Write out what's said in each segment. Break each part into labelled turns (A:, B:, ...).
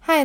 A: 嗨，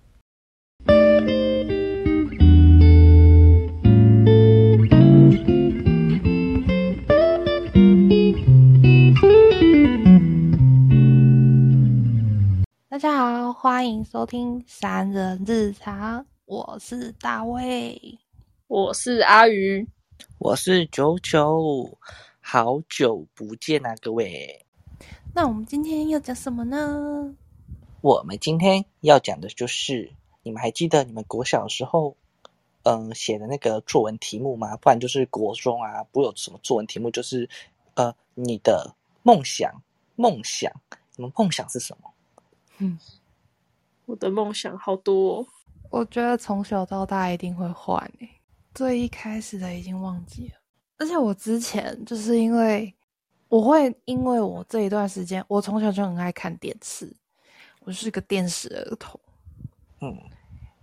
A: 大家好，欢迎收听《三人日常》，我是大卫。
B: 我是阿鱼，
C: 我是九九，好久不见啊，各位！
A: 那我们今天要讲什么呢？
C: 我们今天要讲的就是，你们还记得你们国小的时候，嗯、写的那个作文题目吗？不然就是国中啊，不是有什么作文题目就是，呃，你的梦想，梦想，你们梦想是什么？
B: 我的梦想好多、哦。
A: 我觉得从小到大一定会换诶、最一开始的已经忘记了。而且我之前就是因为我会因为我这一段时间，我从小就很爱看电视，我是个电视儿童。
C: 嗯，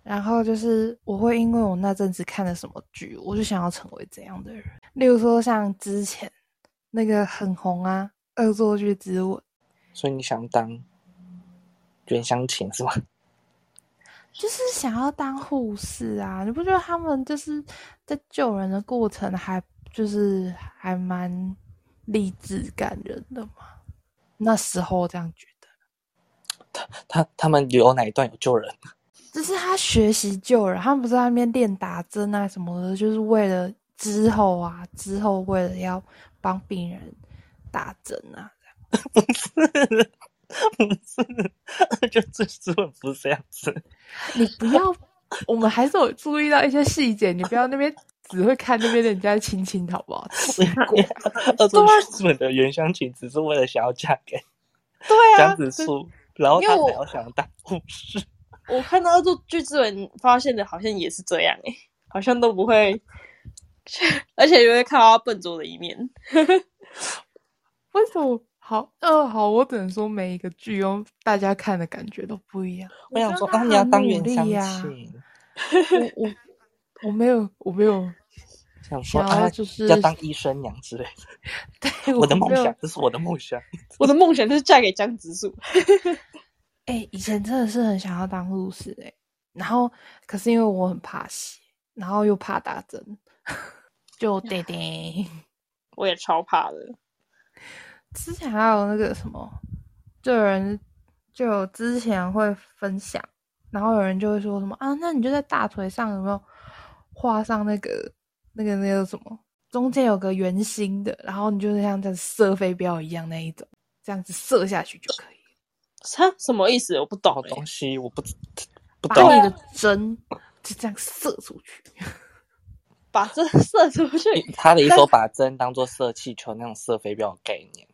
A: 然后就是我会因为我那阵子看了什么剧，我就想要成为怎样的人。例如说像之前那个很红啊，《恶作剧之吻》，
C: 所以你想当袁湘琴是吗？
A: 就是想要当护士啊！你不觉得他们就是在救人的过程还就是还蛮励志感人的吗？那时候这样觉得，
C: 他他们有哪一段有救人？
A: 就是他学习救人，他们不是在那边练打针啊什么的，就是为了之后啊，之后为了要帮病人打针啊。
C: 不 是，就最基本不是这样子。
A: 你不要，我们还是有注意到一些细节，你不要那边只会看那边人家亲亲好不好？
C: 所以
A: 啊
C: 恶作剧之吻的原乡情只是为了想要嫁给
B: 对啊
C: 江子树，
A: 啊
C: 然后
B: 因
C: 他
B: 为我
C: 还要想当护士。
B: 我看到恶作剧之吻，发现的好像也是这样诶、好像都不会，而且也会看到他笨拙的一面。
A: 为什么？好，呃，好，我只能说每一个剧哦，大家看的感觉都不一样。
C: 我想说，
A: 觉得
C: 啊，你要
A: 很
C: 当
A: 努
C: 原
A: 力啊
C: 乡
A: 呀
C: 情，
A: 我我我没有， 我没有
C: 想说
A: 想要
C: 啊，
A: 就是
C: 要当医生娘之类的。
A: 对
C: 我的梦。
A: 没
C: 想
A: 有，
C: 这是我的梦想。
B: 我的梦想就是嫁给江直树。
A: 哎、以前真的是很想要当护士哎、然后可是因为我很怕血，然后又怕打针，就对对。
B: 我也超怕的。
A: 之前还有那个什么，就有人就有之前会分享，然后有人就会说什么啊，那你就在大腿上有没有画上那个那个那个什么，中间有个圆心的，然后你就是像这样射飞镖一样那一种，这样子射下去就可以，
B: 他什么意思？我不懂欸
C: 好
B: 诶、
C: 东西我不知不
A: 把
C: 懂，
A: 你的针就这样射出去。
B: 把这射出去，
C: 他的一手把针当做射气球那种射飞镖的概念，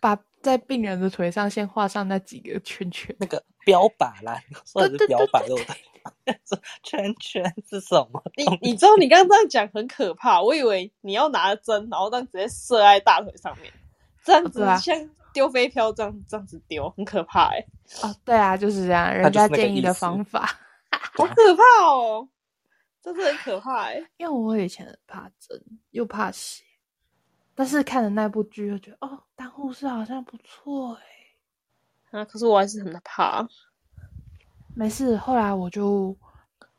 A: 把在病人的腿上先画上那几个圈圈，
C: 那个标靶啦， 说的
A: 对
C: 是
A: 对
C: 标靶
A: 对
C: 对不 对？说圈圈是什么？
B: 你你知道你刚刚这样讲很可怕，我以为你要拿针，然后这样直接射在大腿上面，这样子
A: 对啊
B: 像丢飞镖这样这样子丢，很可怕欸诶、
A: 哦，对啊，就是这样，人
C: 他就
A: 家
C: 是那个
A: 建议
C: 意
A: 的
C: 思
A: 方法。
B: 好可怕哦，真的很可怕哎、
A: 因为我以前很怕针又怕血，但是看了那部剧就觉得哦，当护士好像不错哎、
B: 啊，可是我还是很怕。
A: 没事，后来我就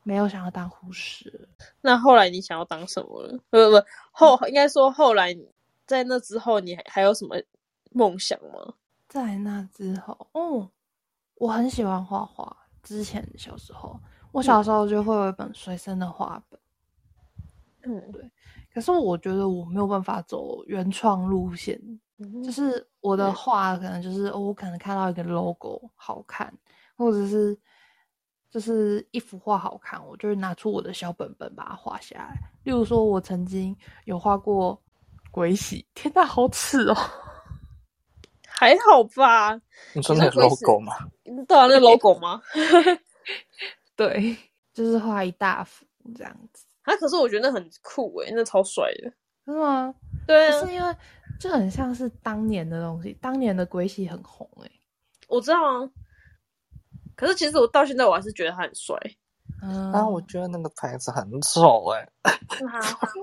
A: 没有想要当护士了。
B: 那后来你想要当什么了？不不不，后应该说后来在那之后，你还还有什么梦想吗？
A: 在那之后，哦，我很喜欢画画。之前小时候，我小时候就会有一本随身的画本，
B: 嗯，
A: 可是我觉得我没有办法走原创路线，就
B: 嗯
A: 是我的
B: 嗯
A: 画可能就是、哦我可能看到一个 logo 好看，或者是就是一幅画好看，我就会拿出我的小本本把它画下来。例如说，我曾经有画过鬼洗，天呐，好耻哦！
B: 还好吧。
C: 你说那个 logo 吗？
B: 对啊，那 logo 吗？
A: 对，就是画一大幅这样子，
B: 啊，可是我觉得那很酷诶、那超帅的。
A: 真的吗？
B: 对
A: 可
B: 啊，
A: 是因为就欸很像是当年的东西，当年的鬼洗很红诶、
B: 我知道啊。可是其实我到现在我还是觉得他很帅。
A: 嗯，
C: 然后啊我觉得那个牌子很丑哎、
B: 哪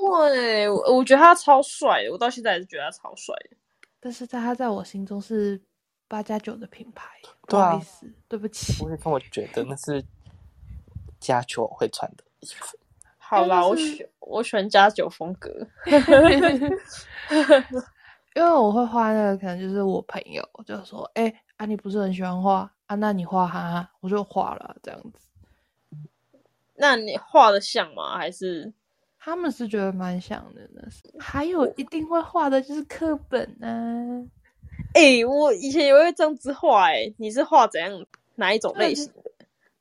B: 会？我我觉得他超帅的，我到现在还是觉得他超帅的。
A: 但是在他在我心中是八加九的品牌，不
C: 对啊
A: 好意思，对不起
C: 我。也跟我觉得那是家球会穿的衣服，
B: 好啦，
A: 但
B: 我
A: 是
B: 喜我喜欢加九风格。
A: 因为我会画那个，可能就是我朋友就说：“哎、啊，你不是很喜欢画啊？那你画哈、啊，我就画了这样子。
B: 那你画的像吗？还是
A: 他们是觉得蛮像的呢。还有一定会画的就是课本啊呢、
B: 哎、我以前也会这样子画哎、你是画怎样哪一种类型的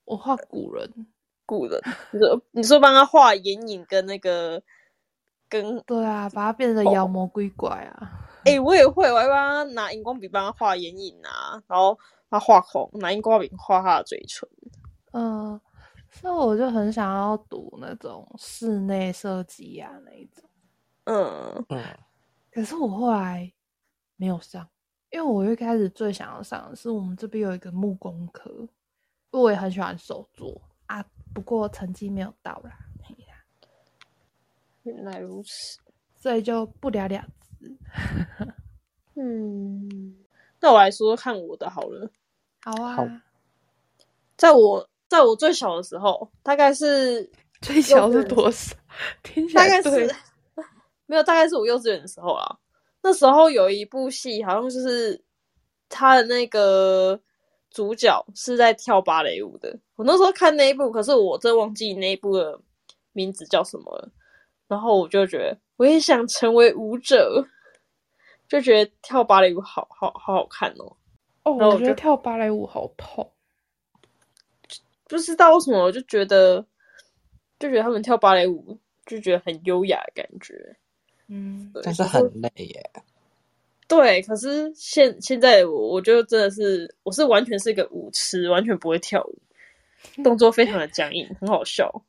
A: 我画古人，
B: 古人？你说你说帮他画眼影跟那个跟
A: 对啊，把它变成妖魔鬼怪啊。
B: 哎、我也会，我还帮他拿荧光笔帮他画眼影啊，然后他画口，拿荧光笔画他的嘴唇。
A: 嗯、所以我就很想要读那种室内设计啊那一种。
B: 嗯，
C: 嗯，
A: 可是我后来没有上，因为我一开始最想要上的是我们这边有一个木工科，因为我也很喜欢手作啊，不过成绩没有到啦，嘿啦
B: 原来如此。
A: 所以就不了了之。
B: 嗯，那我来说说看我的好了。
A: 好啊，
C: 好
B: 在我在我最小的时候，大概是
A: 最小是多少？ 听起
B: 大
A: 来
B: 概
A: 对
B: 是 没有，大概是我幼稚园的时候啦。那时候有一部戏，好像就是他的那个主角是在跳芭蕾舞的。我那时候看那一部，可是我真忘记那一部的名字叫什么了。然后我就觉得我也想成为舞者，就觉得跳芭蕾舞好好好好看哦。
A: 哦，
B: 然后
A: 我
B: 我
A: 觉得
B: 就
A: 跳芭蕾舞好痛。
B: 不知道为什么，我就觉得就觉得他们跳芭蕾舞就觉得很优雅的感觉。
A: 嗯，
B: 对
C: 但是
B: 可
C: 很累耶、
B: 对，可是现现在我我就真的是我是完全是一个舞痴，完全不会跳舞，动作非常的僵硬，很好笑。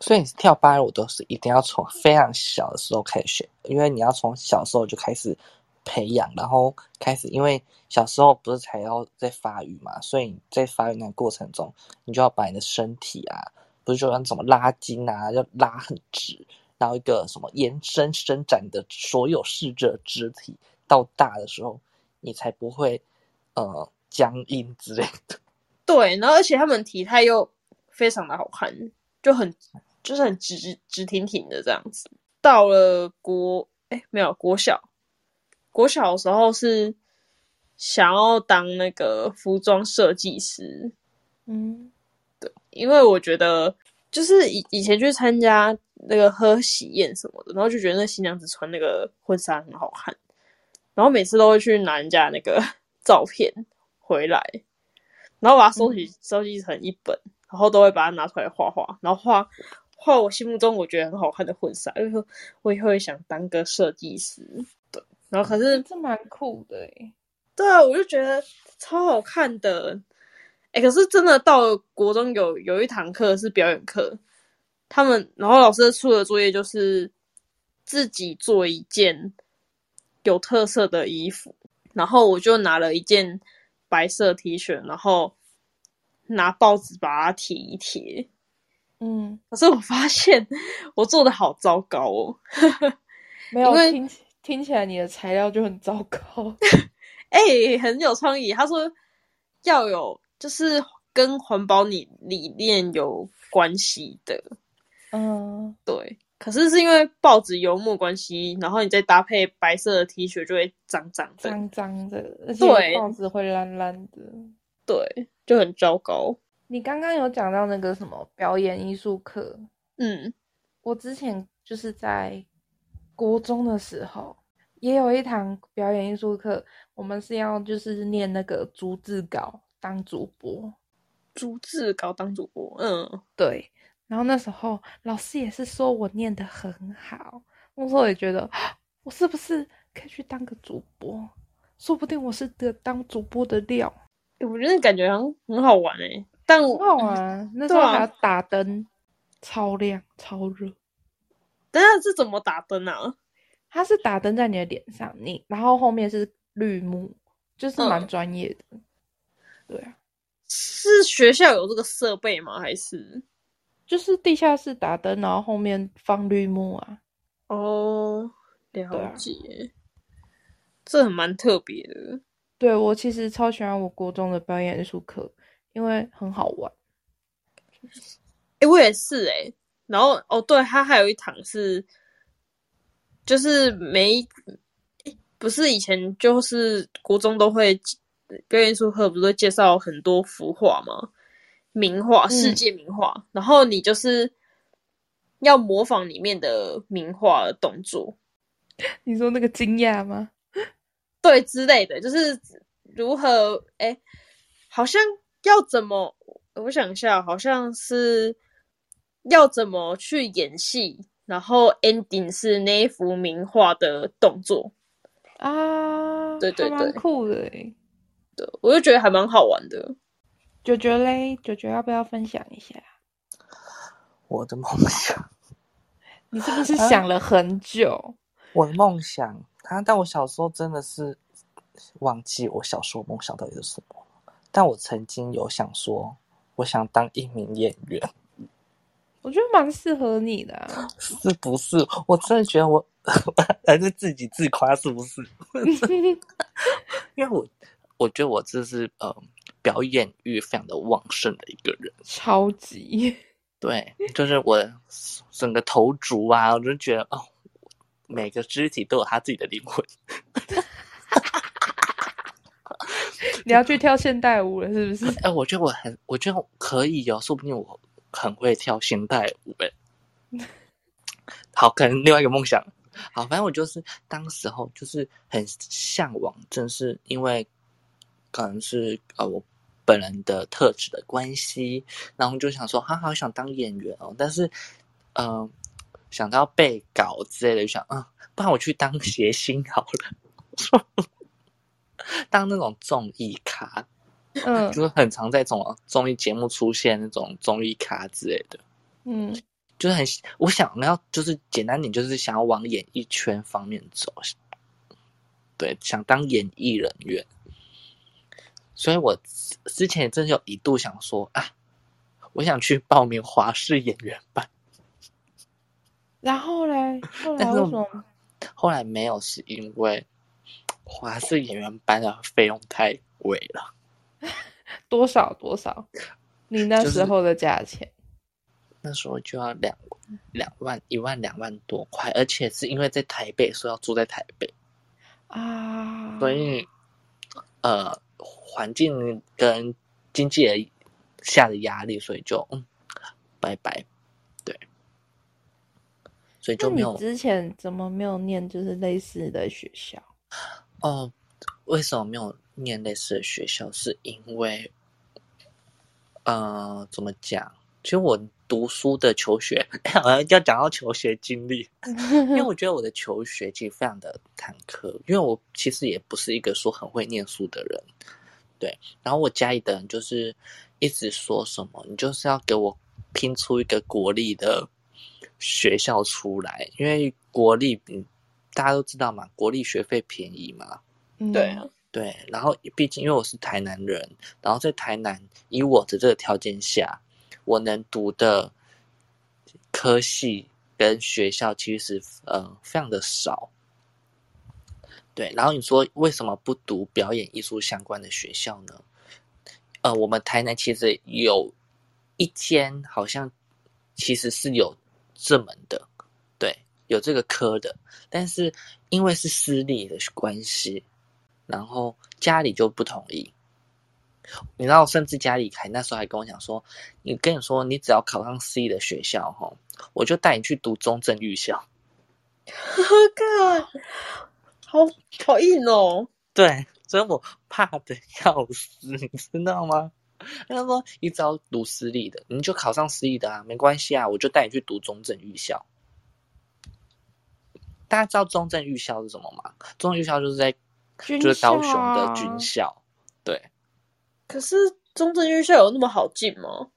C: 所以你跳芭蕾舞都是一定要从非常小的时候开始学，因为你要从小时候就开始培养，然后开始，因为小时候不是才要在发育嘛，所以你在发育那个过程中，你就要把你的身体啊，不是就要怎么拉筋啊，要拉很直，然后一个什么延伸伸展的所有四肢的肢体，到大的时候，你才不会呃僵硬之类的。
B: 对，然后而且他们体态又非常的好看，就很就是很直直挺挺的这样子。到了国哎没有国小，国小的时候是想要当那个服装设计师，
A: 嗯，
B: 因为我觉得就是以以前去参加那个喝喜宴什么的，然后就觉得那新娘子穿那个婚纱很好看，然后每次都会去拿人家那个 照片回来，然后把它收集、收集成一本，然后都会把它拿出来画画，然后画画我心目中我觉得很好看的婚纱，因为说我以后也想当个设计师，对，然后可是
A: 这蛮酷的欸诶。
B: 对啊，我就觉得超好看的。哎、可是真的到了国中有有一堂课是表演课，他们然后老师出的作业就是自己做一件有特色的衣服，然后我就拿了一件白色 T 恤，然后拿报纸把它贴一贴。
A: 嗯，
B: 可是我发现 我做的好糟糕哦。
A: 没有
B: 因为
A: 听起听起来你的材料就很糟糕。
B: 哎、很有创意。他说要有，就是跟环保理理念有关系的，
A: 嗯，
B: 对。可是是因为报纸油墨关系，然后你再搭配白色的 T 恤，就会脏脏的，
A: 脏脏的，而且
B: 对
A: 报纸会烂烂的。
B: 对，就很糟糕。
A: 你刚刚有讲到那个什么表演艺术课，
B: 嗯，
A: 我之前就是在国中的时候也有一堂表演艺术课，我们是要就是念那个逐字稿当主播，
B: 逐字稿当主播，嗯，
A: 对。然后那时候老师也是说我念得很好，那时候也觉得我是不是可以去当个主播，说不定我是得当主播的料，
B: 我觉得感觉好像很好玩哎、但
A: 很
B: 我
A: 好玩。那时候还要打灯，超亮超热。
B: 等下是怎么打灯啊？
A: 它是打灯在你的脸上，你然后后面是绿幕，就是蛮
B: 嗯
A: 专业的。对啊，
B: 是是学校有这个设备吗？还是
A: 就是地下室打灯，然后后面放绿幕啊。
B: 哦，
A: 对
B: 了
A: 啊
B: 解，这很蛮特别的。
A: 对我其实超喜欢我国中的表演艺术课，因为很好玩。
B: 诶，我也是诶，然后哦，对，他还有一堂是，就是每一，诶不是以前就是国中都会表演艺术课，不是会介绍很多幅画吗？名画，世
A: 嗯
B: 界名画，然后你就是要模仿里面的名画的动作，
A: 你说那个惊讶吗？
B: 对之类的，就是如何哎，好像要怎么，我想一下，好像是要怎么去演戏，然后 ending 是那一幅名画的动作，
A: 啊，
B: 对对
A: 还蛮
B: 对
A: 酷的诶。
B: 对我就觉得还蛮好玩的。
A: 九九嘞，九九要不要分享一下？
C: 我的梦想。
A: 你是不是
C: 啊
A: 想了很久？
C: 我的梦想啊，但我小时候真的是忘记我小时候梦想到底是什么。但我曾经有想说，我想当一名演员，
A: 我觉得蛮适合你的啊、
C: 是不是？我真的觉得我 还是自己自夸，是不是？因为我我觉得我这是呃表演欲非常的旺盛的一个人，
A: 超级。
C: 对，就是我的整个头足啊，我就觉得哦，每个肢体都有他自己的灵魂。
A: 你要去跳现代舞了，是不 是？
C: 哎、我觉得我很，我觉得我可以哦，说不定我很会跳现代舞哎。好，可能另外一个梦想。好，反正我就是当时候就是很向往，正是因为可能是呃我本人的特质的关系，然后就想说，哈，好想当演员哦，但是呃想到背稿之类的，就想啊、不然我去当谐星好了， 当那种综艺咖。
A: 嗯
C: 就是很常在这种综艺节目出现那种综艺咖之类的，
A: 嗯，
C: 就是很我想要就是简单点，就是想要往演艺圈方面走，对，想当演艺人员。所以我之之前也真的有一度想说啊，我想去报名华视演员班，
A: 然后嘞，后来
C: 但
A: 啊为
C: 是
A: 什么？
C: 后来没有，是因为华视演员班的费用太贵了。
A: 多少多少？你那
C: 就是
A: 时候的价钱？
C: 那时候就要两两万一万两万多块，而且是因为在台北，所以要住在台北，
A: 啊，
C: 所以
A: 哦
C: 呃环境跟经济的下的压力，所以就嗯拜拜，对，所以
A: 那
C: 就没
A: 你
C: 有
A: 之前怎么没有念就是类似的学校？
C: 哦，为什么没有念类似的学校？是因为，呃，怎么讲？其实我读书的求学， 好像要讲到求学经历，因为我觉得我的求学其实非常的坎坷，因为我其实也不是一个说很会念书的人，对。然后我家里的人就是一直说什么，你就是要给我拼出一个国立的学校出来，因为国立嗯大家都知道嘛，国立学费便宜嘛，
A: 嗯
B: 对啊，
C: 对，然后毕竟因为我是台南人，然后在台南以我的这个条件下，我能读的科系跟学校其实呃非常的少。对，然后你说为什么不读表演艺术相关的学校呢？呃，我们台南其实有一间好像其实是有这门的，对，有这个科的，但是因为是私立的关系，然后家里就不同意。你知道，甚至家里还那时候还跟我讲说，你跟你说，你只要考上私立的学校，吼，我就带你去读中正预校。
B: God，好好硬哦。
C: 对，所以我怕的要死，你知道吗？他说你只要读私立的，你就考上私立的啊，没关系啊，我就带你去读中正预校。大家知道中正预校是什么吗？中正预校就是在
A: 军
C: 就是高雄
A: 校
C: 的
A: 啊
C: 军校，对。
B: 可是中正院校有那么好进吗？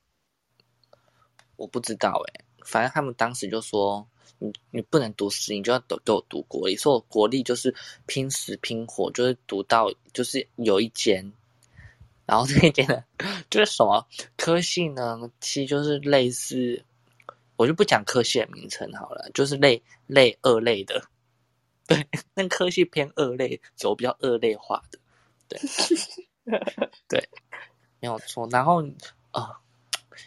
C: 我不知道哎、反正他们当时就说你你不能读私立，你就要读给我读国立。所以我国立就是拼死拼活，就是读到就是有一间然后那一间呢， 就是什么科系呢？其实就是类似，我就不讲科系的名称好了，就是类类二类的，对，那科系偏二类，走比较二类化的，对，对，没有错。然后啊、呃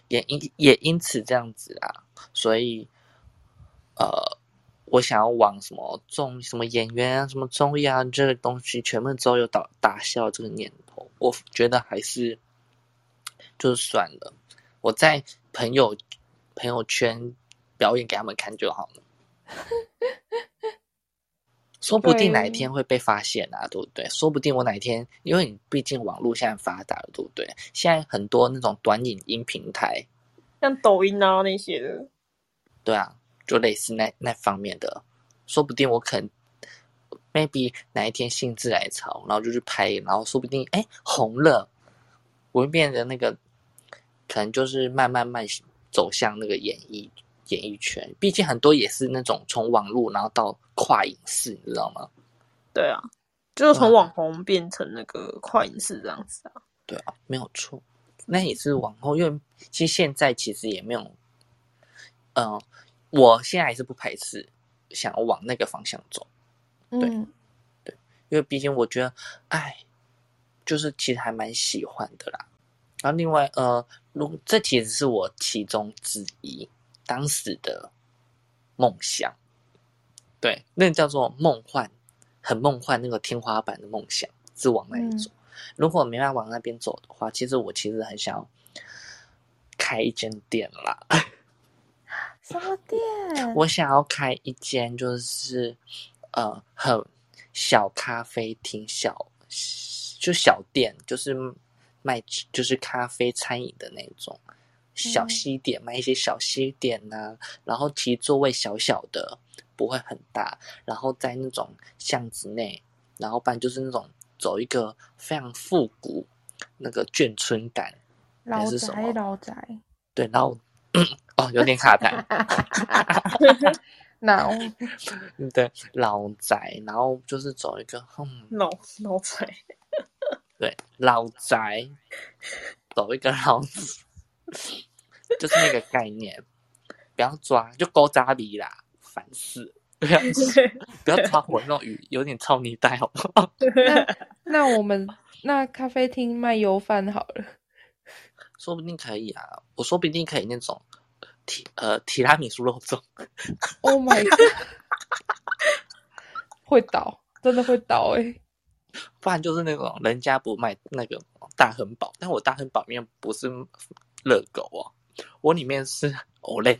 C: 也因也因此这样子啊，所以呃，我想要往什么综什么演员啊、什么综艺啊这个东西，全部都有打打消这个念头。我觉得还是就算了，我在朋友朋友圈表演给他们看就好了。说不定哪一天会被发现啊，对不对？说不定我哪一天，因为你毕竟网络现在发达了，对不对？现在很多那种短影音平台，
B: 像抖音啊那些的，
C: 对啊，就类似那那方面的，说不定我肯，maybe 哪一天兴致来潮，然后就去拍，然后说不定哎红了，我会变得那个，可能就是慢慢慢走向那个演艺演艺圈，毕竟很多也是那种从网络然后到跨影视，你知道吗？
B: 对啊，就是从
C: 嗯
B: 网红变成那个跨影视这样子啊。
C: 对啊，没有错。那也是往后，因为其实现在其实也没有，嗯、我现在还是不排斥想要往那个方向走，对
A: 嗯，
C: 因为毕竟我觉得，哎，就是其实还蛮喜欢的啦。然后另外，呃，如这其实是我其中之一当时的梦想，对，那叫做梦幻，很梦幻那个天花板的梦想是往那里走。如果没办法往那边走的话，其实我其实很想要开一间店啦。
A: 什么店？
C: 我想要开一间就是呃很小咖啡厅，小就小店，就是卖就是咖啡餐饮的那种小
A: 嗯
C: 西点，卖一些小西点呐、然后其实座位小小的，不会很大，然后在那种巷子内，然后不然就是那种走一个非常复古那个眷村感，
A: 老
C: 是什么
A: 宅，老宅，
C: 对，然后 哦有点卡痰。
A: 那我
C: 对，老宅，然后就是走一个嗯，
B: 脑脑残，
C: 对，老宅，走一个老宅，就是那个概念，不要抓，就勾扎鼻啦，烦死，不要不要抓我那种语，有点超泥带好不好？
A: 那我们那咖啡厅卖油饭好了，
C: 说不定可以啊，我说不定可以那种提呃提拉米苏肉粽，
A: Oh my god！会倒，真的会倒哎、欸！
C: 不然就是那种人家不卖那个大亨堡，但我大亨堡里面不是热狗哦，我里面是 Olay。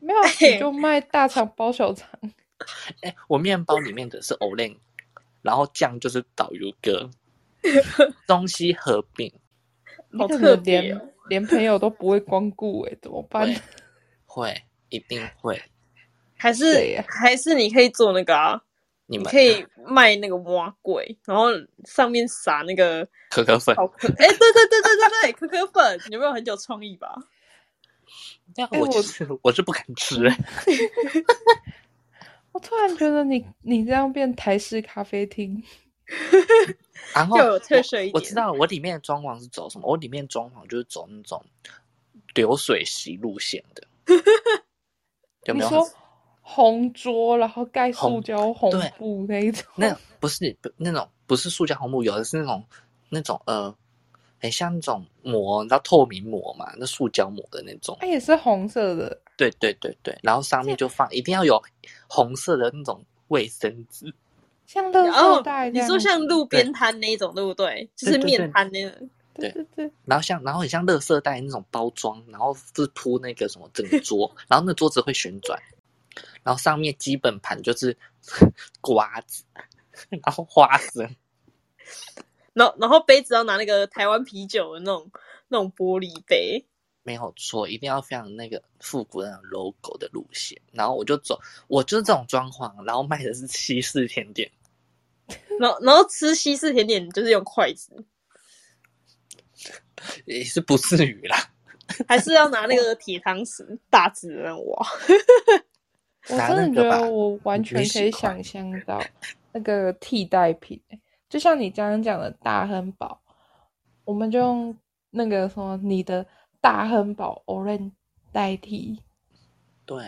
A: 没有，啊你就卖大肠包小肠，
C: 哎、我面包里面的是 o l a 然后酱就是导游 哥，东西合并
A: 你
B: 好
A: 可
B: 特
A: 能
B: 别
A: 连
B: 哦。
A: 连朋友都不会光顾哎、欸，怎么办？
C: 对会一定会。
B: 还
A: 对
B: 是
A: 呀
B: 还是你可以做那个啊，
C: 你
B: 你
C: 们
B: 可以卖那个蛙桂，然后上面撒那个
C: 可可粉，
B: 好可，哎、对对对对对对，可可粉，你有没有很有创意吧？
C: 但
A: 哎
C: 我就
A: 我
C: 是我是不敢吃、哎
A: 我突然觉得你你这样变台式咖啡厅，
C: 然后
B: 要有特色一
C: 我我
B: 点
C: 知道了我里面的装潢是走什么，我里面装潢就是走那种流水席路线 的，有
A: 你
C: 没有？
A: 说红桌，然后盖塑
C: 红
A: 胶红
C: 对
A: 布那一种，
C: 那不是不那种不是塑胶红木，有的是那种那种呃，很像那种膜，你知道透明膜嘛？那塑胶膜的那种。
A: 它也是红色的，
C: 对对对对，然后上面就放一定要有红色的那种卫生纸，
A: 像垃
B: 然后
A: 圾袋这
B: 哦你
A: 样
B: 说
A: 子
B: 像路边摊那一种，对不对？就是面摊那个，
A: 对对对，
C: 然后像然后很像垃圾袋那种包装，然后是铺那个什么整个桌，然后那桌子会旋转，然后上面基本盘就是 瓜子，然后花生，
B: 然后然后杯子要拿那个台湾啤酒的那种那种玻璃杯，
C: 没有错，一定要非常那个复古那种 logo 的路线。然后我就走，我就是这种装潢，然后卖的是西式甜点，
B: 然后然后吃西式甜点就是用筷子，
C: 也是不至于啦。
B: 还是要拿那 个铁汤匙大只的那种挖？
A: 我
C: 拿
A: 真
C: 那
A: 的觉
C: 个吧
A: 得我完
C: 你
A: 全可
C: 喜
A: 以
C: 欢
A: 想象到那个替代品欸，就像你刚刚讲的大亨堡，我们就用那个什么你的大亨堡 orange 代替。
C: 对，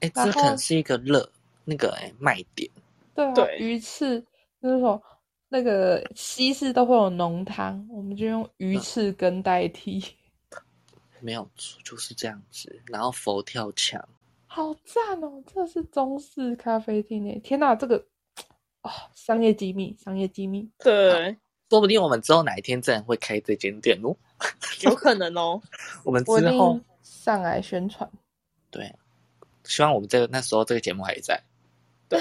C: 哎，
A: 然
C: 这可
A: 后
C: 能是一个热那个哎卖点，
A: 对啊，
B: 对
A: 鱼翅就是说那个西式都会有浓汤，我们就用鱼翅羹代替，
C: 没有错，就是这样子。然后佛跳墙，
A: 好赞哦！这是中式咖啡厅诶，天哪，这个哦，商业机密，商业机密。
B: 对，
C: 说不定我们之后哪一天真的会开这间店哦。
B: 有可能哦。
C: 我们
A: 我一
C: 之后
A: 定上来宣传。
C: 对，希望我们这个那时候这个节目还在，
B: 对，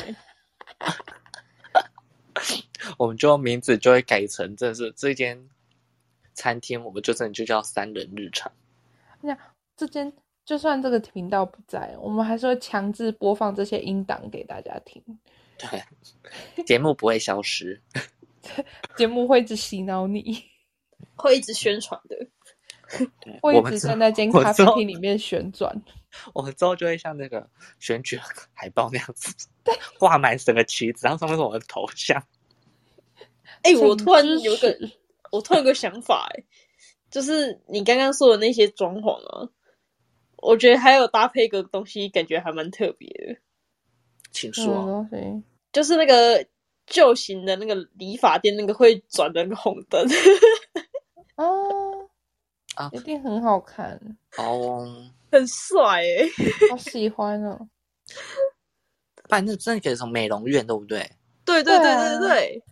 C: 我们就名字就会改成，真的是这间餐厅，我们就真的就叫三人日常。
A: 这间就算这个频道不在，我们还是会强制播放这些音档给大家听。
C: 对，节目不会消失。
A: 节目会一直洗脑你，
B: 会一直宣传的。
C: 对，
A: 会
C: 我
A: 一
C: 们
A: 直
C: 之
A: 在
C: 后
A: 那间
C: 我
A: 咖
C: 知
A: 啡
C: 道
A: 厅里面旋转。
C: 我们之后就会像那个选举海报那样子，挂满整个旗子，然后上面是我们的头像。
B: 哎、我突然
A: 请
B: 有一个
A: 支，持
B: 我突然有个想法、哎，就是你刚刚说的那些装潢啊，我觉得还有搭配一个东西，感觉还蛮特别的，
C: 请
A: 什么
B: 嗯
C: 说，
A: 东西？
B: 就是那个旧型的那个理发店那个会转的那个红灯，
A: 啊
C: 啊
A: 一定很好看，
C: 哦，
B: 很帅哎、
A: 好喜欢哦！
C: 反正真的可以从美容院，对不对？
B: 对对
A: 对
B: 对
A: 啊
B: 对对，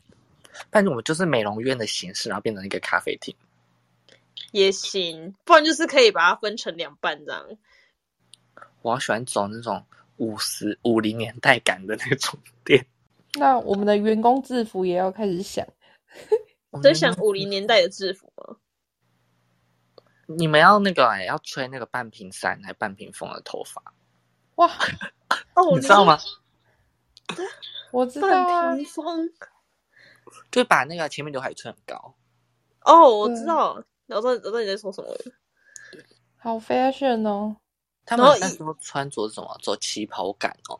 C: 反正我们就是美容院的形式，然后变成一个咖啡厅。
B: 也行，不然就是可以把它分成两半这样。
C: 我好喜欢走那种五十五零年代感的那种店。
A: 那我们的员工制服也要开始想，
B: 真想五零年代的制服吗？
C: 你们要那个哎、要吹那个半瓶山还半瓶风的头发，
A: 哇！
B: 哦，
C: 你知道吗？
A: 我知
B: 你
A: 道
B: 说
A: 啊
B: 半，屏风。
C: 就把那个前面刘海吹很高，
B: 哦，我
A: 对
B: 知道，我知道，我知道你在说什么了。
A: 好 fashion 哦！
C: 他
B: 然后
C: 们
B: 一
C: 那时候穿着什么走旗袍感哦，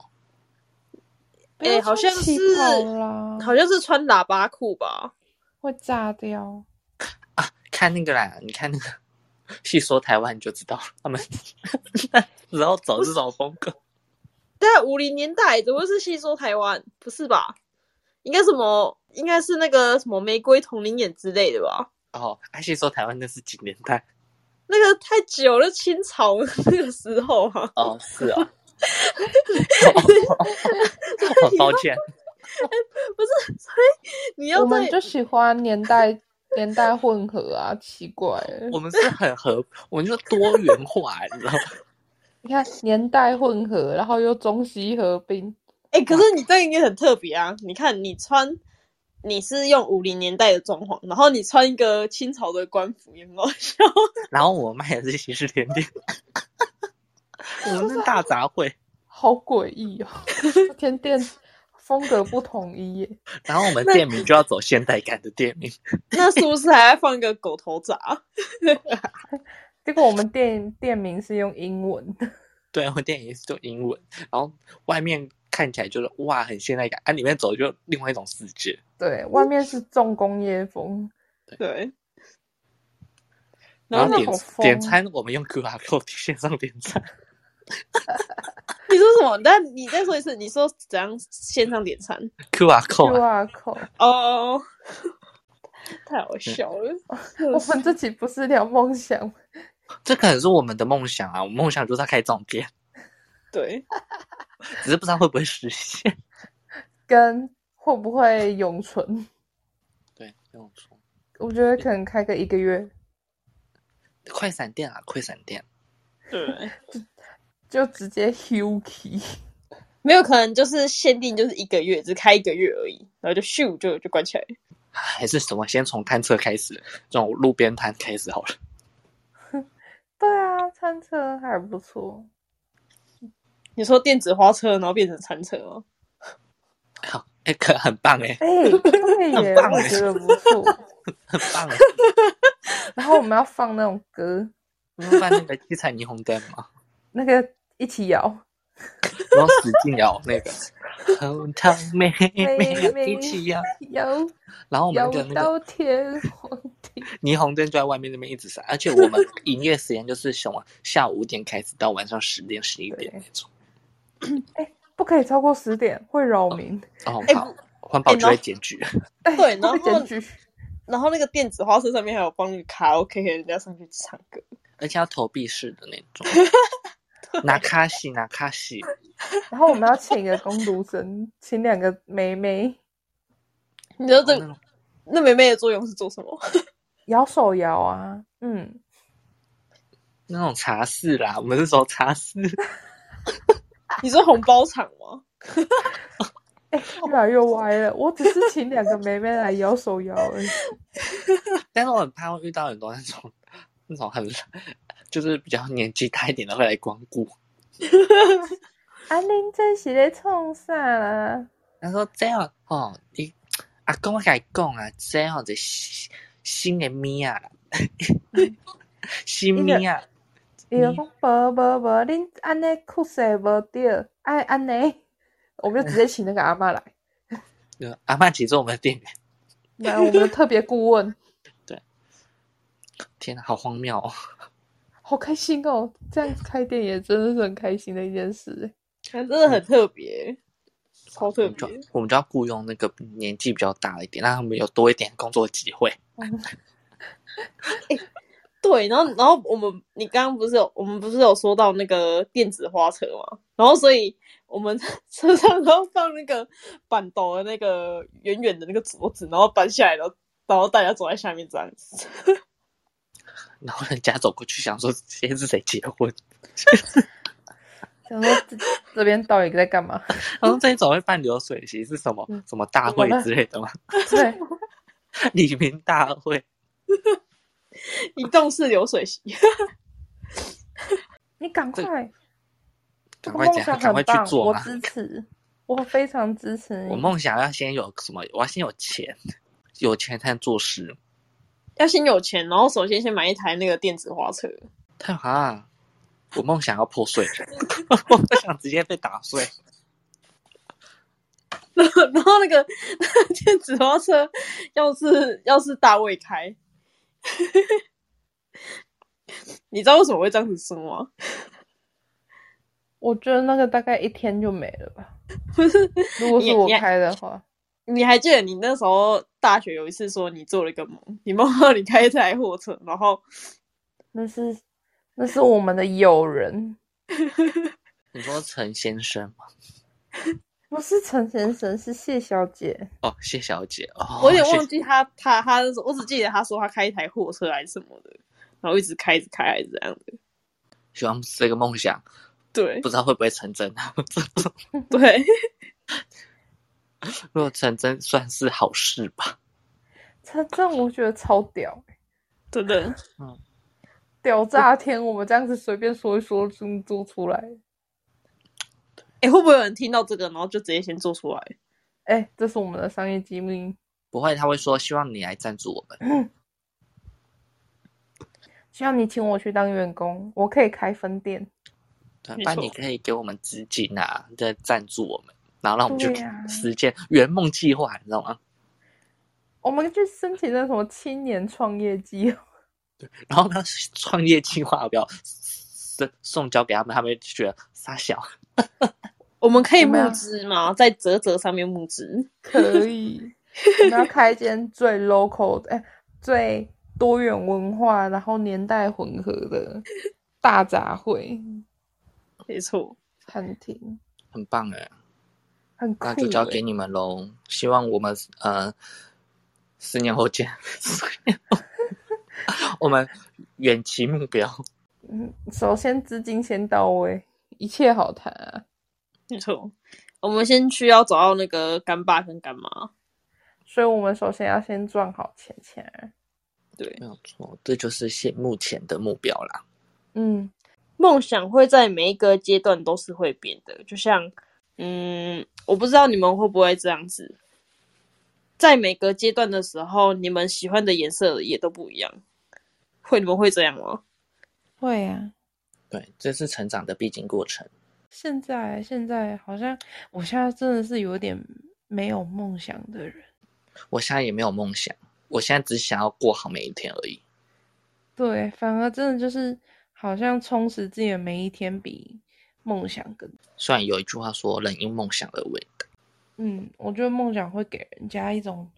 A: 不要
B: 哎好
A: 穿
B: 像
A: 旗
B: 是
A: 袍啦，
B: 好像是穿喇叭裤吧？
A: 会炸掉。
C: 看那个啦，你看那个细说台湾你就知道了，他们那时候走这种风格，
B: 但五零年代怎么会是吸收台湾？不是吧？应该什么？应该是那个什么玫瑰同龄眼之类的吧？
C: 哦，还细说台湾那是几年代？
B: 那个太久了，清朝那个时候啊，
C: 哦，是哦。哦抱歉，
B: 你
A: 我
B: 要
A: 们
B: 在
A: 就喜欢年代 年代混合啊，奇怪欸。
C: 我们是很合，我们就多元化，你知道吗？
A: 你看年代混合，然后又中西合并，
B: 哎、可是你这个应该很特别啊！你看，你穿你是用五零年代的装潢，然后你穿一个清朝的官服，也很好笑。
C: 然后我卖的是西式甜点，我们是大杂烩。
A: 好诡异 哦！这间店风格不统一耶，
C: 然后我们店名就要走现代感的店名，
B: 那是不是还要放一个狗头铡？啊
A: 结果我们店店名是用英文的，
C: 对，啊我店名是就英文，然后外面看起来就是哇很现代感，啊里面走就另外一种世界。
A: 对外面是重工业风，
B: 对，
C: 然
A: 然
C: 后
A: 后
C: 点
A: 好疯
C: 点餐，我们用 QR code 线上点餐，
B: 你说什么？但你再说一次，你说怎样线上点餐？
C: QR code 啊
A: QR code。
B: 哦， 太好笑了！
A: 我们这期不是聊梦想，
C: 这可能是我们的梦想啊！我们梦想就是要开这种店，
B: 对，
C: 只是不知道会不会实现。
A: 跟会不会永存，
C: 对，没有错。
A: 我觉得可能开个一个月
C: 快闪店啊，快闪店，
B: 对，
A: 就直接 Huki。
B: 没有可能就是限定就是一个月，只开一个月而已，然后就咻就就关起来。
C: 啊还是什么？先从摊车开始，这种路边摊开始好了。
A: 对啊，餐车还不错。
B: 你说电子花车，然后变成餐车吗？
C: 好，哎、可很棒哎、
A: 哎、对耶，
C: 很棒欸
A: 我
C: 耶
A: 觉得不错。
C: 很棒哎、
A: 然后我们要放那种歌，
C: 不是办那个七彩霓虹灯吗？
A: 那个一起摇，
C: 然后使劲摇那 个，红糖妹妹一起摇，
A: 摇
C: 然后我们
A: 摇
C: 的那个
A: 到天荒地
C: 霓虹灯就在外面那边一直闪，而且我们营业时间就是什么下午五点开始到晚上十点十一点
A: 对
C: 那种。
A: 不可以超过十点，会扰民。
C: 哦，
B: 哎
C: 好，环保
B: 哎
C: 局会
B: 然后
C: 检举。
A: 哎
B: 对然
A: 会
B: 后
A: 检举
B: 然后那个电子花车上面还有放那个卡拉 OK 给人家上去唱歌，
C: 而且要投币式的那种。 拿卡西，拿卡西，
A: 然后我们要请一个工读生，请两个妹妹
B: 你知道这
A: 哦
C: 哦那种
B: 那妹妹的作用是做什么？
A: 摇手摇啊，嗯，
C: 那种茶室啦，我们是说茶室，
B: 你是红包场 吗？
A: 哎、越来越歪了。我只是请两个妹妹来摇手摇而已。
C: 但是我很怕会遇到很多那种那种很就是比较年纪大一点的会来光顾。
A: 啊，恁这是在冲啥啦？
C: 他说这样哦，你阿公我甲你讲啊，这样这新新的物啊啦， 新物啊，
A: 伊就讲无无无，恁安尼酷势无对，爱安尼，我们就直接请那个阿妈来，
C: 呃阿曼其实我们的店员，
A: 来我们的特别顾问，
C: 天哪，好荒谬哦！
A: 好开心哦！这样开店也真的是很开心的一件事。
B: 真的很特别，超
C: 我
B: 特
C: 们就
B: 别。
C: 我们就要雇佣那个年纪比较大一点，让他们有多一点工作机会。
B: 对，然后然后我们你刚刚不是有我们不是有说到那个电子花车嘛？然后所以我们 车上都要放那个板斗的那个远远的那个桌子，然后搬下来，然后然后大家走在下面这样子。
C: 然后人家走过去想说，今天是谁结婚？
A: 想说这这边到底在干嘛？
C: 然后这一种会办流水席是什么
A: 嗯
C: 什么大会之类的吗？
A: 对，
C: 李明大会，
B: 移动式流水席，
A: 你赶快，这个
C: 赶快
A: 梦
C: 讲，
A: 想
C: 赶快
A: 很
C: 去
A: 棒，
C: 做
A: 我
C: 嘛！
A: 支持，我非常支持
C: 我
A: 你。
C: 梦想要先有什么？我要先有钱，有钱才能做事。
B: 要先有钱，然后首先先买一台那个电子花车。
C: 太好啊！我梦想要破碎， 我梦想直接被打碎。
B: 然后然后那个那个电子花车，要是要是大卫开， 你知道为什么会这样子说吗？
A: 我觉得那个大概一天就没了 吧。
B: 不是，
A: 如果是
B: 你
A: 我
B: 你
A: 开的话，
B: 你还记得你那时候大学有一次说你做了一个梦，你梦到你开一台货车，然后
A: 那是那是我们的友人，
C: 你说陈先生吗？
A: 不是陈先生，是谢小姐。
C: 哦，谢小姐哦，
B: 我有点
C: 谢
B: 忘记他他他那时候，我只记得他说他开一台货车还是什么的，然后一直开一直开还是这样的。
C: 希望这个梦想
B: 对
C: 不知道会不会成真 啊？
B: 对，
C: 如果成真，算是好事吧。
A: 陈正我觉得超屌，欸
B: 真的
A: 屌炸天！我们这样子随便说一说就做出来，
B: 哎、会不会有人听到这个，然后就直接先做出来？
A: 哎、这是我们的商业机密。
C: 不会，他会说希望你来赞助我们。
A: 希望你请我去当员工，我可以开分店。
C: 对，啊
B: 没
C: 不然
B: 错
C: 你可以给我们资金啊，再赞助我们，然后让我们
A: 对
C: 去
A: 啊
C: 实践圆梦计划，你知道吗？
A: 我们去申请那什么青年创业计划，
C: 然后呢，创业计划不要送送交给他们，他们就觉得傻小。
B: 我们可以
A: 我
B: 募
A: 们要
B: 资吗？在泽泽上面募资，
A: 可以。我们要开一间最 local 的，哎、最多元文化，然后年代混合 的大杂烩
B: 没错。
A: 餐厅，
C: 很棒哎，
A: 很酷、
C: 那
A: 欸。
C: 就交给你们喽。希望我们呃十年后见， 十年后我们远期目标。
A: 嗯，首先资金先到位，一切好谈啊。
B: 没错，我们先需要找到那个干爸跟干妈。
A: 所以我们首先要先赚好钱钱啊儿。
B: 对，
C: 没有错，这就是现目前的目标啦。
A: 嗯，
B: 梦想会在每一个阶段都是会变的，就像，嗯，我不知道你们会不会这样子，在每个阶段的时候，你们喜欢的颜色也都不一样。会，你们会这样吗？
A: 会啊。
C: 对，这是成长的必经过程。
A: 现在现在好像，我现在真的是有点没有梦想的人。
C: 我现在也没有梦想，我现在只想要过好每一天而已。
A: 对，反而真的就是好像充实自己的每一天比梦想更。
C: 虽然有一句话说“人因梦想而伟大
A: 嗯，我觉得梦想会给人家一种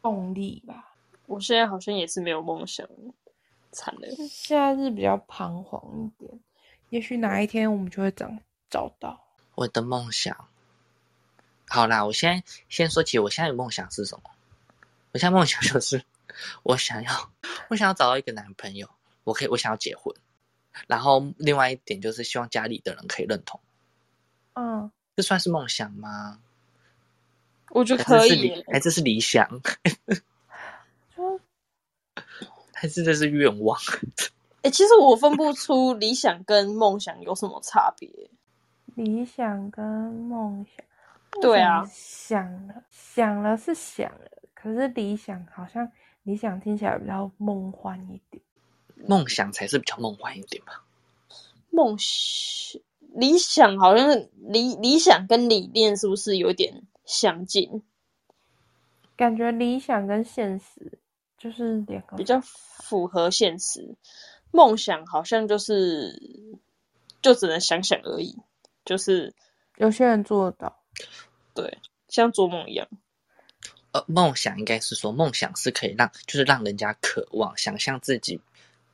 A: 动力吧。
B: 我现在好像也是没有梦想，惨了。
A: 就是现在是比较彷徨一点，也许哪一天我们就会找找到。”，
C: 我的梦想。好啦，我先先说起我现在的梦想是什么？我现在梦想就是 我想要，我想要找到一个男朋友，我可以，我想要结婚。然后另外一点就是希望家里的人可以认同，
A: 嗯，
C: 这算是梦想吗？
B: 我觉得
C: 还
B: 可
C: 是是
B: 以
C: 理
B: 耶，
C: 还是是理想，
A: 就
C: 还是这是愿望？
B: 哎、其实我分不出理想跟梦想有什么差别。
A: 理想跟梦想，梦
B: 对啊
A: 想想了想了是想了，可是理想好像理想听起来比较梦幻一点。
C: 梦想才是比较梦幻一点吧？
B: 梦想、理想好像理理想跟理念是不是有点相近？
A: 感觉理想跟现实就是两个
B: 比较符合现实。梦想好像就是就只能想想而已，就是
A: 有些人做得到，
B: 对，像做梦一样。
C: 呃，梦想应该是说，梦想是可以让，就是让人家渴望，想象自己，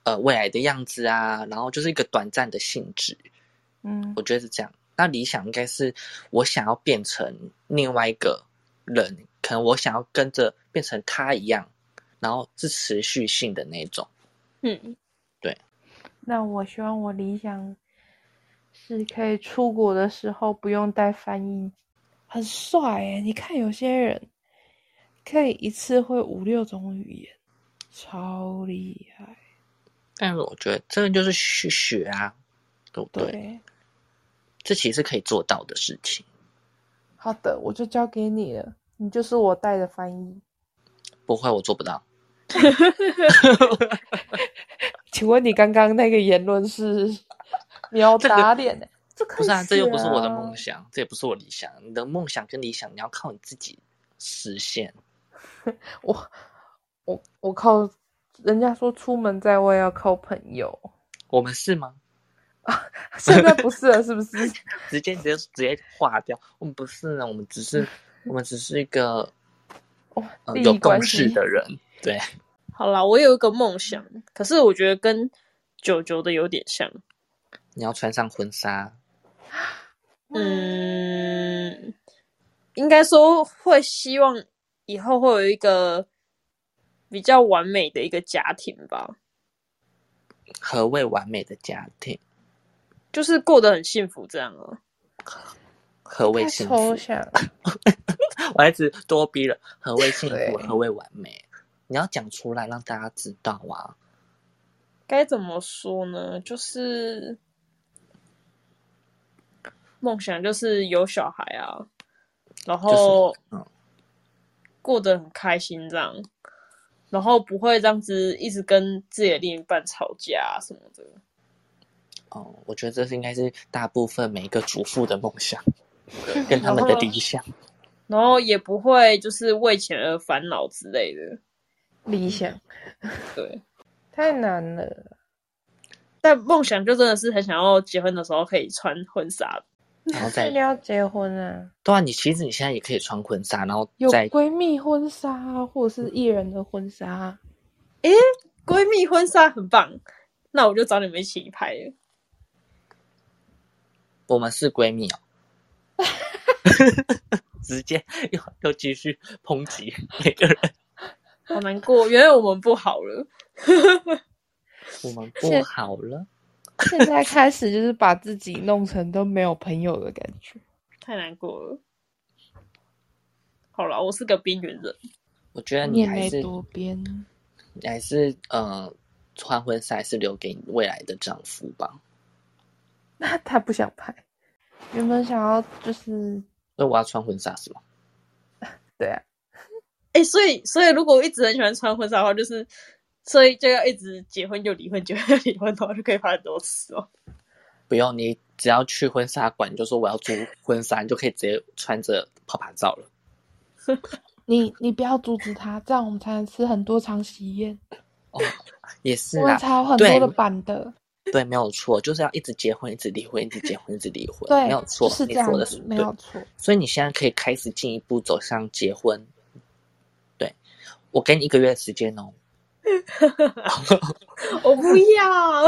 C: 呃，未来的样子啊，然后就是一个短暂的性质，
A: 嗯
C: 我觉得是这样。那理想应该是我想要变成另外一个人，可能我想要跟着变成他一样，然后是持续性的那种。
B: 嗯，
A: 那我希望我理想是可以出国的时候不用带翻译，很帅诶、你看有些人可以一次会五六种语言，超厉害。
C: 但是我觉得这个就是去学啊，对不对？
A: 对，
C: 这其实是可以做到的事情。
A: 好的，我就交给你了，你就是我带的翻译。
C: 不会，我做不到。
A: 请问你刚刚那个言论 是秒
C: 这个
A: 打脸、欸？这可
C: 不
A: 以
C: 是啊，这又不是我
A: 学
C: 的
A: 啊
C: 梦想，这也不是我理想。你的梦想跟理想，你要靠你自己实现。
A: 我我我靠，人家说出门在外要靠朋 友，
C: 我们是吗？
A: 现在不是了，是不是？
C: 直接 直接直接划掉。我们不是啊呢，我们只是我们只是一个、
A: 哦
C: 呃、
A: 利益
C: 有共
A: 关
C: 识
A: 系
C: 的人。对，
B: 好啦，我有一个梦想，可是我觉得跟九九的有点像。
C: 你要穿上婚纱，
B: 嗯，应该说会希望以后会有一个比较完美的一个家庭吧，
C: 何谓完美的家庭？
B: 就是过得很幸福这样啊。
C: 何谓
A: 太
C: 幸
A: 抽
C: 福？
A: 象了，
C: 我还只多逼了。何谓幸福？
A: 对
C: 何谓完美？你要讲出来让大家知道啊！
B: 该怎么说呢？就是梦想就是有小孩啊，然后
C: 就是嗯
B: 过得很开心这样，然后不会这样子一直跟自己的另一半吵架、啊、什么的。
C: 哦，我觉得这是应该是大部分每一个主妇的梦想，跟他们的理想。
B: 然后也不会就是为钱而烦恼之类的。
A: 理
C: 嗯
A: 想
B: 对，
A: 太难了。
B: 但梦想就真的是很想要结婚的时候可以穿婚纱。
C: 然后
A: 那
C: 再
A: 你要结婚啊？
C: 对啊，你其实你现在也可以穿婚纱，然后
A: 有
C: 再
A: 闺蜜婚纱啊或者是艺人的婚纱 啊，
B: 闺蜜婚纱很棒，那我就找你们一起拍了。
C: 我们是 闺蜜哦，直接又又继续抨击每个人，
B: 好难过，原来我们不好了。
C: 我们不好了。
A: 现在开始就是把自己弄成都没有朋友的感觉。
B: 太难过了。好了，我是个边缘人，
C: 我觉得你
A: 面
C: 还
A: 没
C: 是
A: 多边，
C: 你还是呃，穿婚纱还是留给你未来的丈夫吧。
A: 那他不想拍，原本想要就是
C: 所以我要穿婚纱是吗？
A: 对啊，
B: 哎、所以所以如果我一直很喜欢穿婚纱的话，就是所以就要一直结婚又离婚，结婚又离婚的话，就可以拍很多次哦。
C: 不用，你只要去婚纱馆，你就说我要租婚纱，你就可以直接穿着泡泡照了。
A: 你你不要阻止他，这样我们才能吃很多场喜宴，
C: 也是
A: 我们
C: 啦，
A: 才有很多
C: 对
A: 的版的。
C: 对，没有错，就是要一直结婚，一直离婚，一直结婚，一直离婚，
A: 对，
C: 没有错，
A: 就是
C: 你
A: 这样
C: 说的是
A: 子，没
C: 对
A: 有错。
C: 所以你现在可以开始进一步走向结婚。对，我给你一个月的时间哦。
B: 我不要，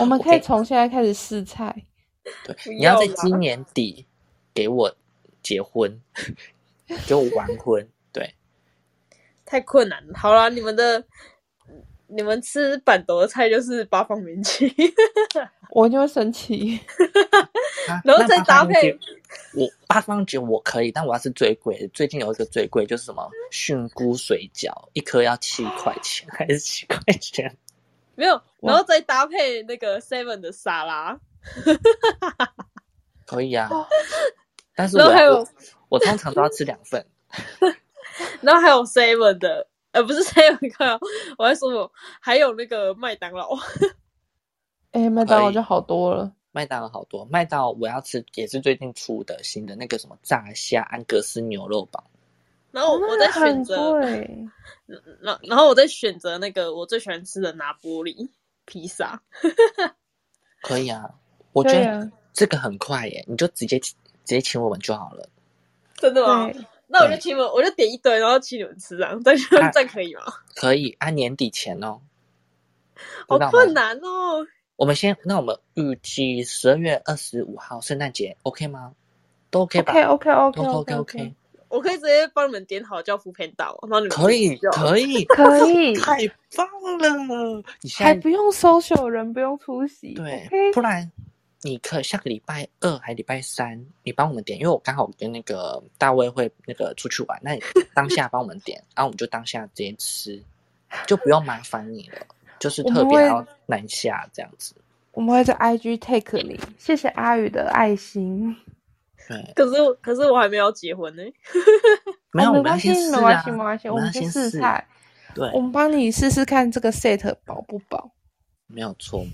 A: 我们可以
C: OK
A: 从现在开始试菜，
C: 对，
B: 不
C: 你要在
B: 要吧
C: 今年底给我 结婚，给我完婚。对，
B: 太困难了。好啦，你们的你们吃板豆的菜就是八方云集，
A: 我一定会生气。
C: 啊
B: 然后
C: 那
B: 再
C: 八
B: 搭
C: 方节
B: 配
C: 我八方节我可以，但我要是最贵的，最近有一个最贵就是什么菌菇水饺，一颗要七块钱还是七块钱？
B: 没有，
C: 哇
B: 然后再搭配那个 Seven 的沙拉，
C: 可以啊，但是
B: 哦然
C: 我
B: 后还
C: 要
B: 有
C: 我我通常都要吃两份。
B: 然后还有 Seven 的，呃，不是 Seven，看到我在说我还有那个麦当劳，
A: 哎，麦当劳
C: 可以
A: 就好多了。
C: 麦当劳好多，麦当劳我要吃也是最近出的新的那个什么炸虾安格斯牛肉堡，
B: 然后我在
A: 那
B: 选
A: 啊很
B: 择，
A: 贵，
B: 然然后我在选择那个我最喜欢吃的拿玻里披萨，
C: 可以啊，我觉
A: 对
C: 得
A: 啊，
C: 这个很快耶，你就直接直接请我们就好了。
B: 真的吗？
A: 对，
B: 那我就请你们，我就点一堆，然后请你们吃这样，这样
C: 啊
B: 这样可以吗？
C: 可以按年底前哦，
B: 好
C: 知道吗
B: 困难哦，
C: 我们先，那我们预计十二月二十五号圣诞节，OK 吗？都 OK 吧
A: OK OK OK
C: 都 OK
A: OK，
C: OK，
B: 我可以直接帮你们点好叫福片到，然后你们
C: 可以
B: 自己叫
C: 可以，
A: 可 以，
C: 太棒了！你现
A: 还
C: 在
A: 不用 social 人不用出席，
C: 对
A: OK，
C: 不然你可以下个礼拜二还礼拜三，你帮我们点，因为我刚好跟那个大卫会那个出去玩，那你当下帮我们点，然后我们就当下直接吃，就不用麻烦你了，就是
A: 我
C: 特
A: 们
C: 别
A: 会
C: 要南下这样子。
A: 我们会在 IG take 你，谢谢阿宇的爱心。
C: 对，
B: 可是我可是我还没有结婚呢、
C: 没有，
A: 哦没
C: 我们要
A: 关系
C: 先，试
A: 没关
C: 啊
A: 系，没关系，
C: 我
A: 我
C: 们
A: 们去
C: 要先
A: 试
C: 试，
A: 菜，
C: 对
A: 我，们帮你试试看这个 set 饱不饱。
C: 没有错。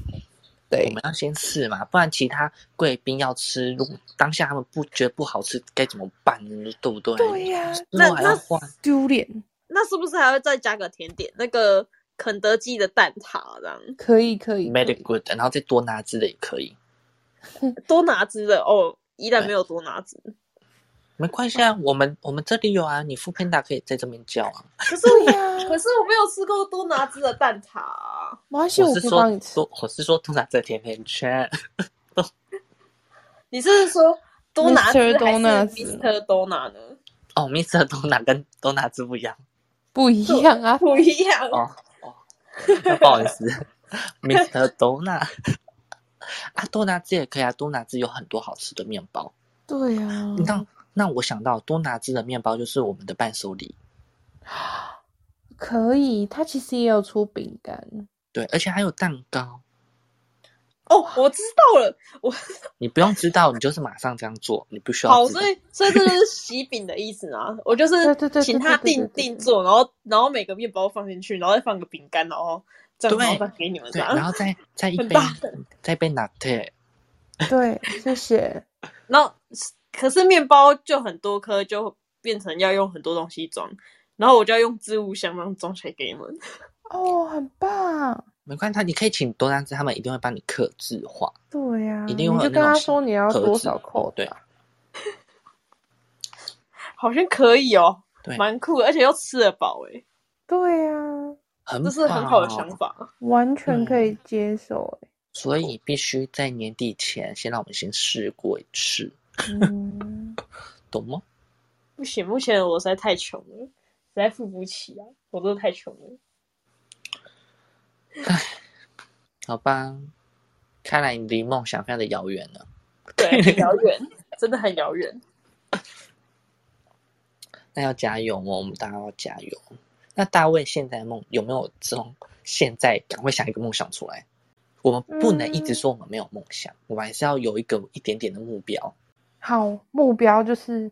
A: 对
C: 我，们要先试嘛，不然其他贵宾要吃，如果当下他们不觉得不好吃，该怎么办呢？对不对？
A: 对呀
C: 之
B: 那
C: 后还要
B: 那
C: 换，
A: 丢脸，
B: 那是不是还会再加个甜点？那个肯德基的蛋挞这样，
A: 可以可以，可以
C: made it good，然后再多拿汁的也可以，
B: 多拿汁的哦，依然
C: 对
B: 没有多拿汁。
C: 没关系啊，我们我们这里有啊，你付片大可以在这边叫啊。
B: 可是
A: 对
B: 我
A: 呀，
B: 可是我没有吃过多拿汁的蛋挞啊、
A: 没关系，
C: 我
A: 我
C: 是
A: 可以
C: 说
A: 帮你，吃。
C: 多我是说，通常在甜甜圈，
B: 你是说多拿汁
A: Mr.
B: 还是
A: Donuts
B: Mr. Donut 呢？
C: 哦，Mr. 多拿跟多拿汁不一样
A: 不一样啊，
B: 不一样，
C: 哦哦，不好意思，Mr. 多拿 啊，多拿汁也可以啊，多拿汁有很多好吃的面包。
A: 对啊呀，
B: 嗯
C: 那那我想到多拿汁的面包就是我们的伴手礼。
A: 可以，它其实也有出饼干，
C: 对，而且还有蛋糕，
B: 哦，我知道了，
C: 你不用知道，你就是马上这样做，你不需要
B: 好，
C: 知道
B: 所。以所以这就是喜饼的意思 啊。我就是
A: 对对对对
B: 请
A: 对
B: 他
A: 对对
B: 定
A: 对对
B: 定做，然后然后每个面包放进去，然后再放个饼干，然后这样
C: 对
B: 然后再给你们这
C: 对，然
B: 样。
C: 后再再一
B: 很
C: 杯
B: 大的
C: 再一杯 latte，
A: 对，谢谢。
B: 然后可是面包就很多颗，就变成要用很多东西装，然后我就要用置物箱让装起来给你们。
A: 哦，很棒，
C: 没关系，他你可以请多纳兹，他们一定会帮你克制化。
A: 对
B: 啊
A: 呀、
C: 一
A: 你
C: 定会
A: 就
C: 有
A: 跟
C: 那种
A: 他
C: 小
A: 说你要
C: 盒
A: 多
C: 子
A: 少扣
C: 对
A: 打，
B: 好像可以哦，
C: 对，
B: 蛮酷的，而且又吃得饱诶、
A: 对呀、
C: 很
B: 这是很好的想
C: 棒。
B: 法。
A: 完全可
C: 嗯
A: 以接受、欸。
C: 所以必须在年底前先让我们先试过一次，
A: 嗯，
C: 懂吗？
B: 不行，目前我实在太穷了，实在付不起啊，我真的太穷了。
C: 好吧，看来你离梦想非常的遥远了。
B: 对，很遥 远，真的很遥远。
C: 那要加油哦，我们大家要加油。那大卫现在的梦有没有这种现在赶快想一个梦想出来？我们不能一
A: 嗯
C: 直说我们没有梦想，我们还是要有一个一点点的目标。
A: 好，目标就是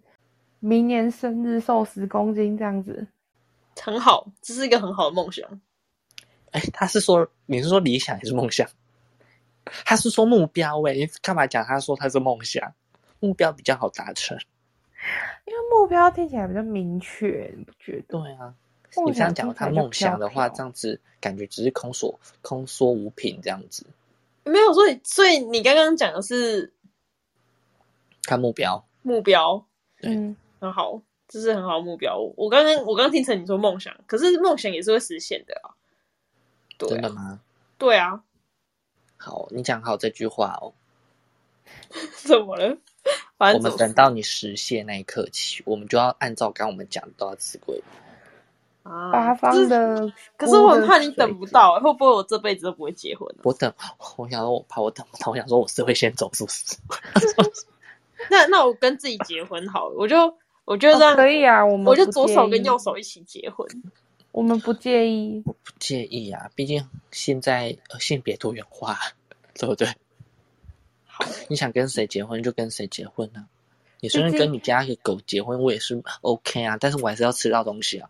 A: 明年生日瘦十公斤这样子。
B: 很好，这是一个很好的梦想。
C: 哎，他是说你是说理想还是梦想？他是说目标哎、你干嘛讲？他说他是梦想，目标比较好达成。
A: 因为目标听起来比较明确，你不觉得？
C: 对啊，
A: 梦
C: 你这
A: 想
C: 样讲
A: 听起
C: 他
A: 来就
C: 梦想的
A: 飘
C: 话，
A: 飘
C: 这样子感觉只是空所空说无凭这样子。
B: 没有，所以所以你刚刚讲的是
C: 看目标，
B: 目标，
C: 对
A: 嗯，
B: 很好，这是很好的目标。我我刚刚我刚刚听成你说梦想，可是梦想也是会实现的啊。对
C: 真的
B: 啊，
C: 吗？
B: 对啊，
C: 好，你讲好这句话哦。
B: 怎么了？反
C: 我
B: 正怎
C: 们
B: 么
C: 等到你实现那一刻起，我们就要按照刚刚我们讲到的词规。
B: 啊
A: 八
B: 就
A: 方
B: 是
A: 的。
B: 可是我很怕你等不。到、欸会不会我这辈子都不会结婚啊、
C: 我等，我想说，我怕我等不到，我想说我是会先走，是不是？
B: 那那我跟自己结婚好了，我就我就
A: 哦
B: 让、
A: 可以啊，我们
B: 我就
A: 不
B: 左
A: 介
B: 手跟
A: 意
B: 右，手一起结婚。
A: 我们不介意。
C: 不介意啊，毕竟现在、呃、性别多元化， 对不对？你想跟谁结婚就跟谁结婚啊。你甚至
A: 毕竟
C: 跟你家的狗结婚，我也是 OK 啊，但是我还是要吃到东西啊。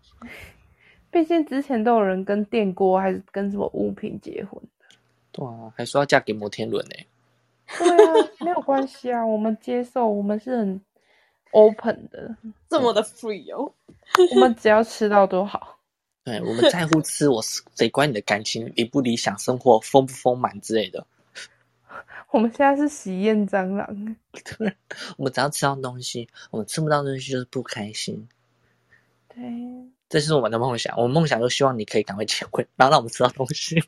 A: 毕竟之前都有人跟电锅还是跟什么物品结婚，
C: 对啊，还说要嫁给摩天轮 呢、欸
A: 对啊，没有关系啊，我们接受，我们是很 open 的，
B: 这么的 free 哦，
A: 我们只要吃到多好。
C: 对我们在乎吃，我是谁管你的感情理不理想，生活丰不丰满之类的。
A: 我们现在是喜宴蟑螂，
C: 我们只要吃到东西，我们吃不到东西就是不开心。
A: 对，
C: 这是我们的梦想，我们梦想就希望你可以赶快结婚，然后让我们吃到东西。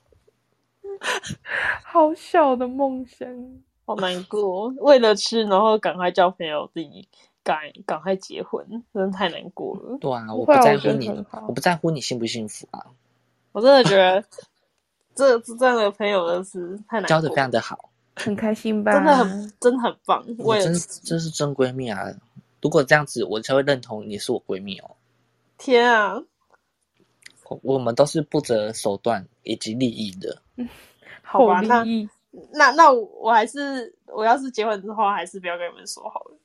A: 好小的梦想。
B: 好难过。哦为了吃，然后赶快叫朋友自己赶赶快结婚，真的太难过了。
C: 对啊，我
A: 会
C: 不
A: 啊
C: 在
A: 我觉
C: 乎
A: 得
C: 你，
A: 很好
C: 我不在乎你幸不幸福啊，
B: 我真的觉得这这样的朋友真的是太难过了，
C: 交的非常的好，
A: 很开心吧？
B: 真的很真的很棒。
C: 我
B: 为了
C: 真真是真闺蜜啊！如果这样子，我才会认同你是我闺蜜哦。
B: 天啊，
C: 我我们都是不择手段以及利益的，
B: 好吧
A: 利
B: 那
A: 益，
B: 那那我我还是我要是结婚之后，还是不要跟你们说好了，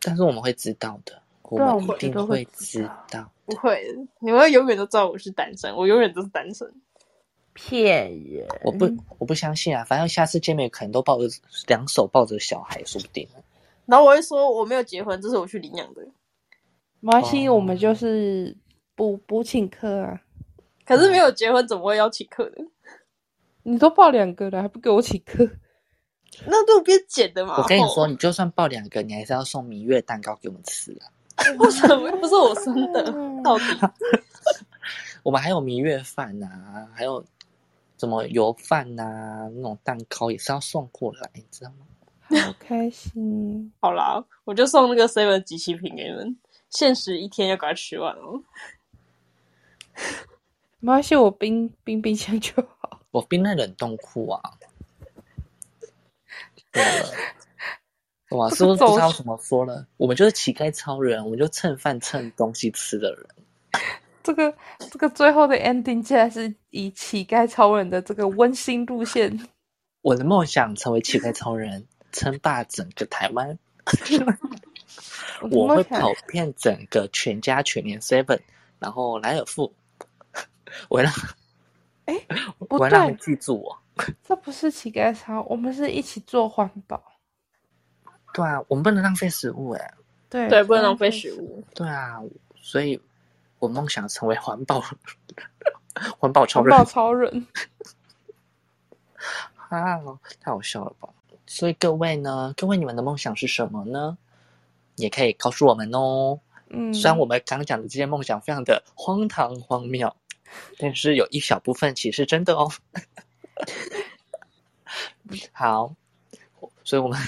C: 但是我们会知道的，我
A: 对啊
C: 们
A: 我
C: 一
A: 们
C: 定
A: 都
C: 会
A: 会
C: 知
A: 知
C: 道。
B: 不会的，你们永远都知道我是单身，我永远都是单身。
A: 骗人！
C: 我不我不相信啊，反正下次见面可能都抱着两手抱着小孩，说不定。
B: 然后我会说我没有结婚，这是我去领养的。
A: 没关系，
C: 哦
A: 我们就是不不请客啊。
B: 可是没有结婚，怎么会邀请客呢？
A: 你都报两个了，还不给我请 客？
B: 那路边捡的嘛。
C: 我跟你说，
B: 哦，
C: 你就算抱两个，你还是要送明月蛋糕给我们吃啊。
B: 为什么又不是我生 的？到底
C: 我们还有明月饭呐、啊，还有什么油饭呐、啊，那种蛋糕也是要送过来，你知道吗？
A: 好开心！
B: 好啦，我就送那个 seven 集齐品给你们，限时一天要赶快吃完哦。
A: 没关系，我冰冰冰箱就好。
C: 我冰在冷冻库啊。对了，哇，是不是不知道怎么说了？我们就是乞丐超人，我们就蹭饭蹭东西吃的人。
A: 这个这个最后的 ending 竟然是以乞丐超人的这个温馨路线，
C: 我的梦想成为乞丐超人，称霸整个台湾。我
A: 怎么
C: 会
A: 想
C: 跑遍整个全家、全年 Seven，然后莱尔富，我会让，
A: 哎，
C: 我
A: 不
C: 会让他们
A: 对，
C: 记住我。
A: 这不是乞丐超，我们是一起做环保。
C: 对啊，我们不能浪费食物哎、
A: 对
B: 对，不能浪费食。物。
C: 对啊，所以我梦想成为环保环保超
A: 环
C: 人
A: 保超人，
C: 啊，太好笑了吧！所以各位呢，各位你们的梦想是什么呢？也可以告诉我们哦。
A: 嗯，
C: 虽然我们刚讲的这些梦想非常的荒唐荒谬，但是有一小部分其实是真的哦。好，所以我们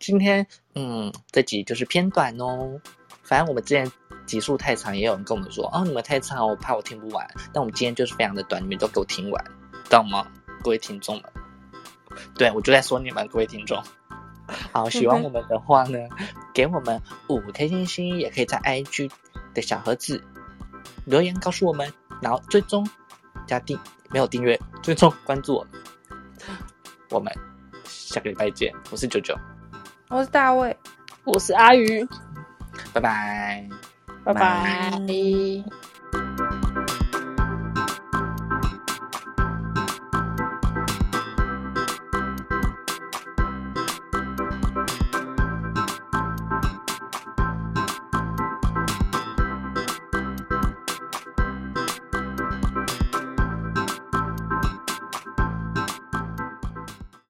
C: 今天嗯，这集就是偏短哦。反正我们之前集数太长，也有人跟我们说，哦，你们太长，我怕我听不完。但我们今天就是非常的短，你们都给我听完，知道吗？各位听众们，对我就在说你们，各位听众。好，喜欢
A: OK
C: 我们的话呢，给我们五颗星星，也可以在 IG 的小盒子留言告诉我们，然后追踪加订没有订阅，追踪关注我们。我们下个礼拜见，我是九九，
A: 我是大卫，
B: 我是阿鱼，
C: 拜拜。
B: 拜
A: 拜
B: 拜